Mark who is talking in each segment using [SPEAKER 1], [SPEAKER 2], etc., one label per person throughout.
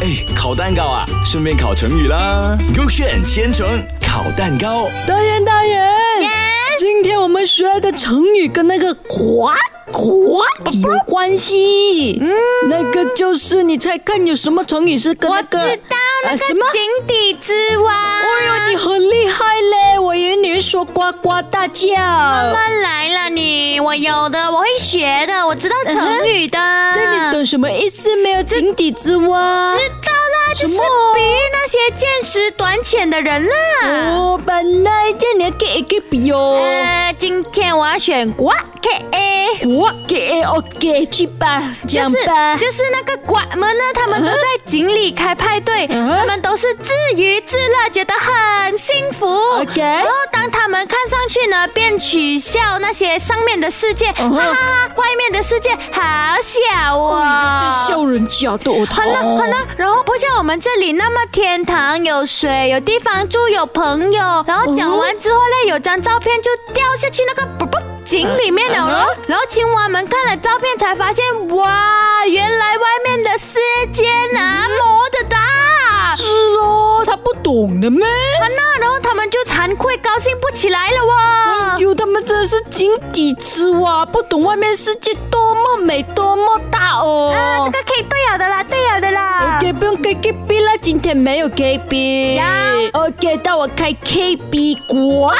[SPEAKER 1] 哎，烤蛋糕啊，顺便烤成语啦。勾选千层烤蛋糕，
[SPEAKER 2] 大人，大人
[SPEAKER 3] Yes
[SPEAKER 2] 今天我们学的成语跟那个“呱呱”有关系。那个就是你猜看有什么成语是跟那个？
[SPEAKER 3] 我知道那
[SPEAKER 2] 呃
[SPEAKER 3] 个
[SPEAKER 2] 什么？
[SPEAKER 3] 井底之蛙。
[SPEAKER 2] 哎呦，你很厉害嘞！我以为你会说“呱呱大叫”。
[SPEAKER 3] 慢来了你，我有的，我会学的，我知道成语的。
[SPEAKER 2] 那你懂什么意思没有？井底之蛙。
[SPEAKER 3] 知道啦，
[SPEAKER 2] 什
[SPEAKER 3] 就是
[SPEAKER 2] 么
[SPEAKER 3] 比喻那些见识短浅的人啦。
[SPEAKER 2] 哦，本来这你给一个比哦。
[SPEAKER 3] 呃，今天我要选瓜 K A。
[SPEAKER 2] 我给 OK 去吧，
[SPEAKER 3] 就
[SPEAKER 2] 讲
[SPEAKER 3] 是
[SPEAKER 2] 吧。
[SPEAKER 3] 就是那个管们呢，他们都在井里开派对，
[SPEAKER 2] 嗯哼
[SPEAKER 3] 他们都是自娱自乐，觉得很幸福。
[SPEAKER 2] OK
[SPEAKER 3] 然后当他们看上去呢，便取笑那些上面的世界，哈
[SPEAKER 2] 嗯哼
[SPEAKER 3] 哈哈，外面的世界好小
[SPEAKER 2] 这
[SPEAKER 3] 哦。
[SPEAKER 2] 笑人家的哦，
[SPEAKER 3] 很冷很冷，然后不像我们这里那么天堂，有水，有地方住，有朋友。然后讲完之后呢，有张照片就掉下去那个啵啵井里面了
[SPEAKER 2] 嗯
[SPEAKER 3] 咯。然后青蛙们看了照片才发现，哇，原来外面的世界那么的大。
[SPEAKER 2] 是哦，他不懂的咩？
[SPEAKER 3] 那然后他们就惭愧高兴不起来了哇。
[SPEAKER 2] 哟，他们真的是井底之蛙，不懂外面世界多么美，多么大哦。
[SPEAKER 3] 啊，这个可以对了的啦，对了的啦。
[SPEAKER 2] OK，不用给 KB 了，今天没有 KB
[SPEAKER 3] 呀。
[SPEAKER 2] OK，到我开 KB 国。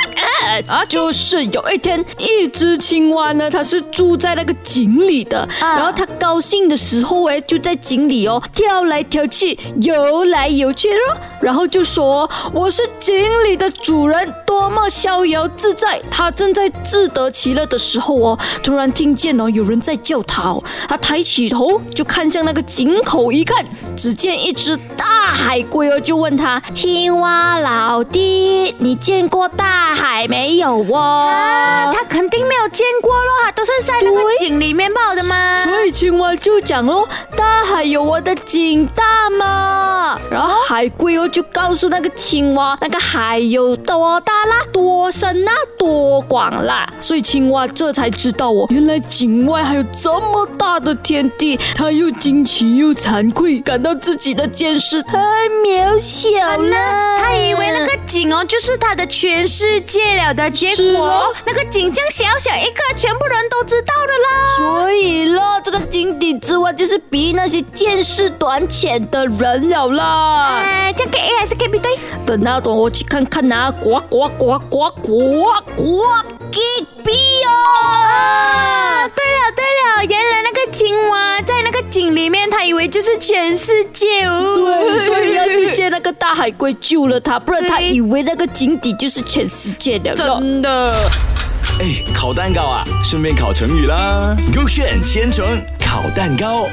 [SPEAKER 2] 啊，就是有一天，一只青蛙呢，它是住在那个井里的，
[SPEAKER 3] 啊
[SPEAKER 2] 然后它高兴的时候哎，就在井里哦跳来跳去，游来游去咯，然后就说我是井里的主人，多么逍遥自在。它正在自得其乐的时候哦，突然听见哦有人在叫它哦，它抬起头就看向那个井口一看，只见一只大海龟哦，就问他：“青蛙老弟，你见过大海没有哦？”
[SPEAKER 3] 啊，他肯定没有见过咯，他都是在那个
[SPEAKER 2] 对
[SPEAKER 3] 井里面泡的嘛。
[SPEAKER 2] 所以青蛙就讲喽：“大海有我的井大嘛。”然后海龟哦就告诉那个青蛙，那个海有多大啦，多深啦，啊多广啦。所以青蛙这才知道哦，原来井外还有这么大的天地。它又惊奇又惭愧，感到自己的见识太渺小了。
[SPEAKER 3] 他以为那个井哦，就是他的全世界了的结
[SPEAKER 2] 是
[SPEAKER 3] 果
[SPEAKER 2] 哦，
[SPEAKER 3] 那个井这样小小一个，全部人都知道的啦。
[SPEAKER 2] 所以咯，这个井底之蛙就是比那些见识短浅的人了啦。
[SPEAKER 3] 哎，这样给 A 还是给 B 对？
[SPEAKER 2] 等那等我去看看呐、啊，呱呱呱呱呱呱，给逼
[SPEAKER 3] 啊，
[SPEAKER 2] 哦！
[SPEAKER 3] 对了对了，原来那个青蛙在那个井里面，他以为就是全世界哦。
[SPEAKER 2] 对，所以要 是谢那个大海龟救了他，不然他以为那个井底就是全世界了咯。
[SPEAKER 3] 真的。
[SPEAKER 1] 哎，烤蛋糕啊，顺便烤成语啦。勾选千层烤蛋糕。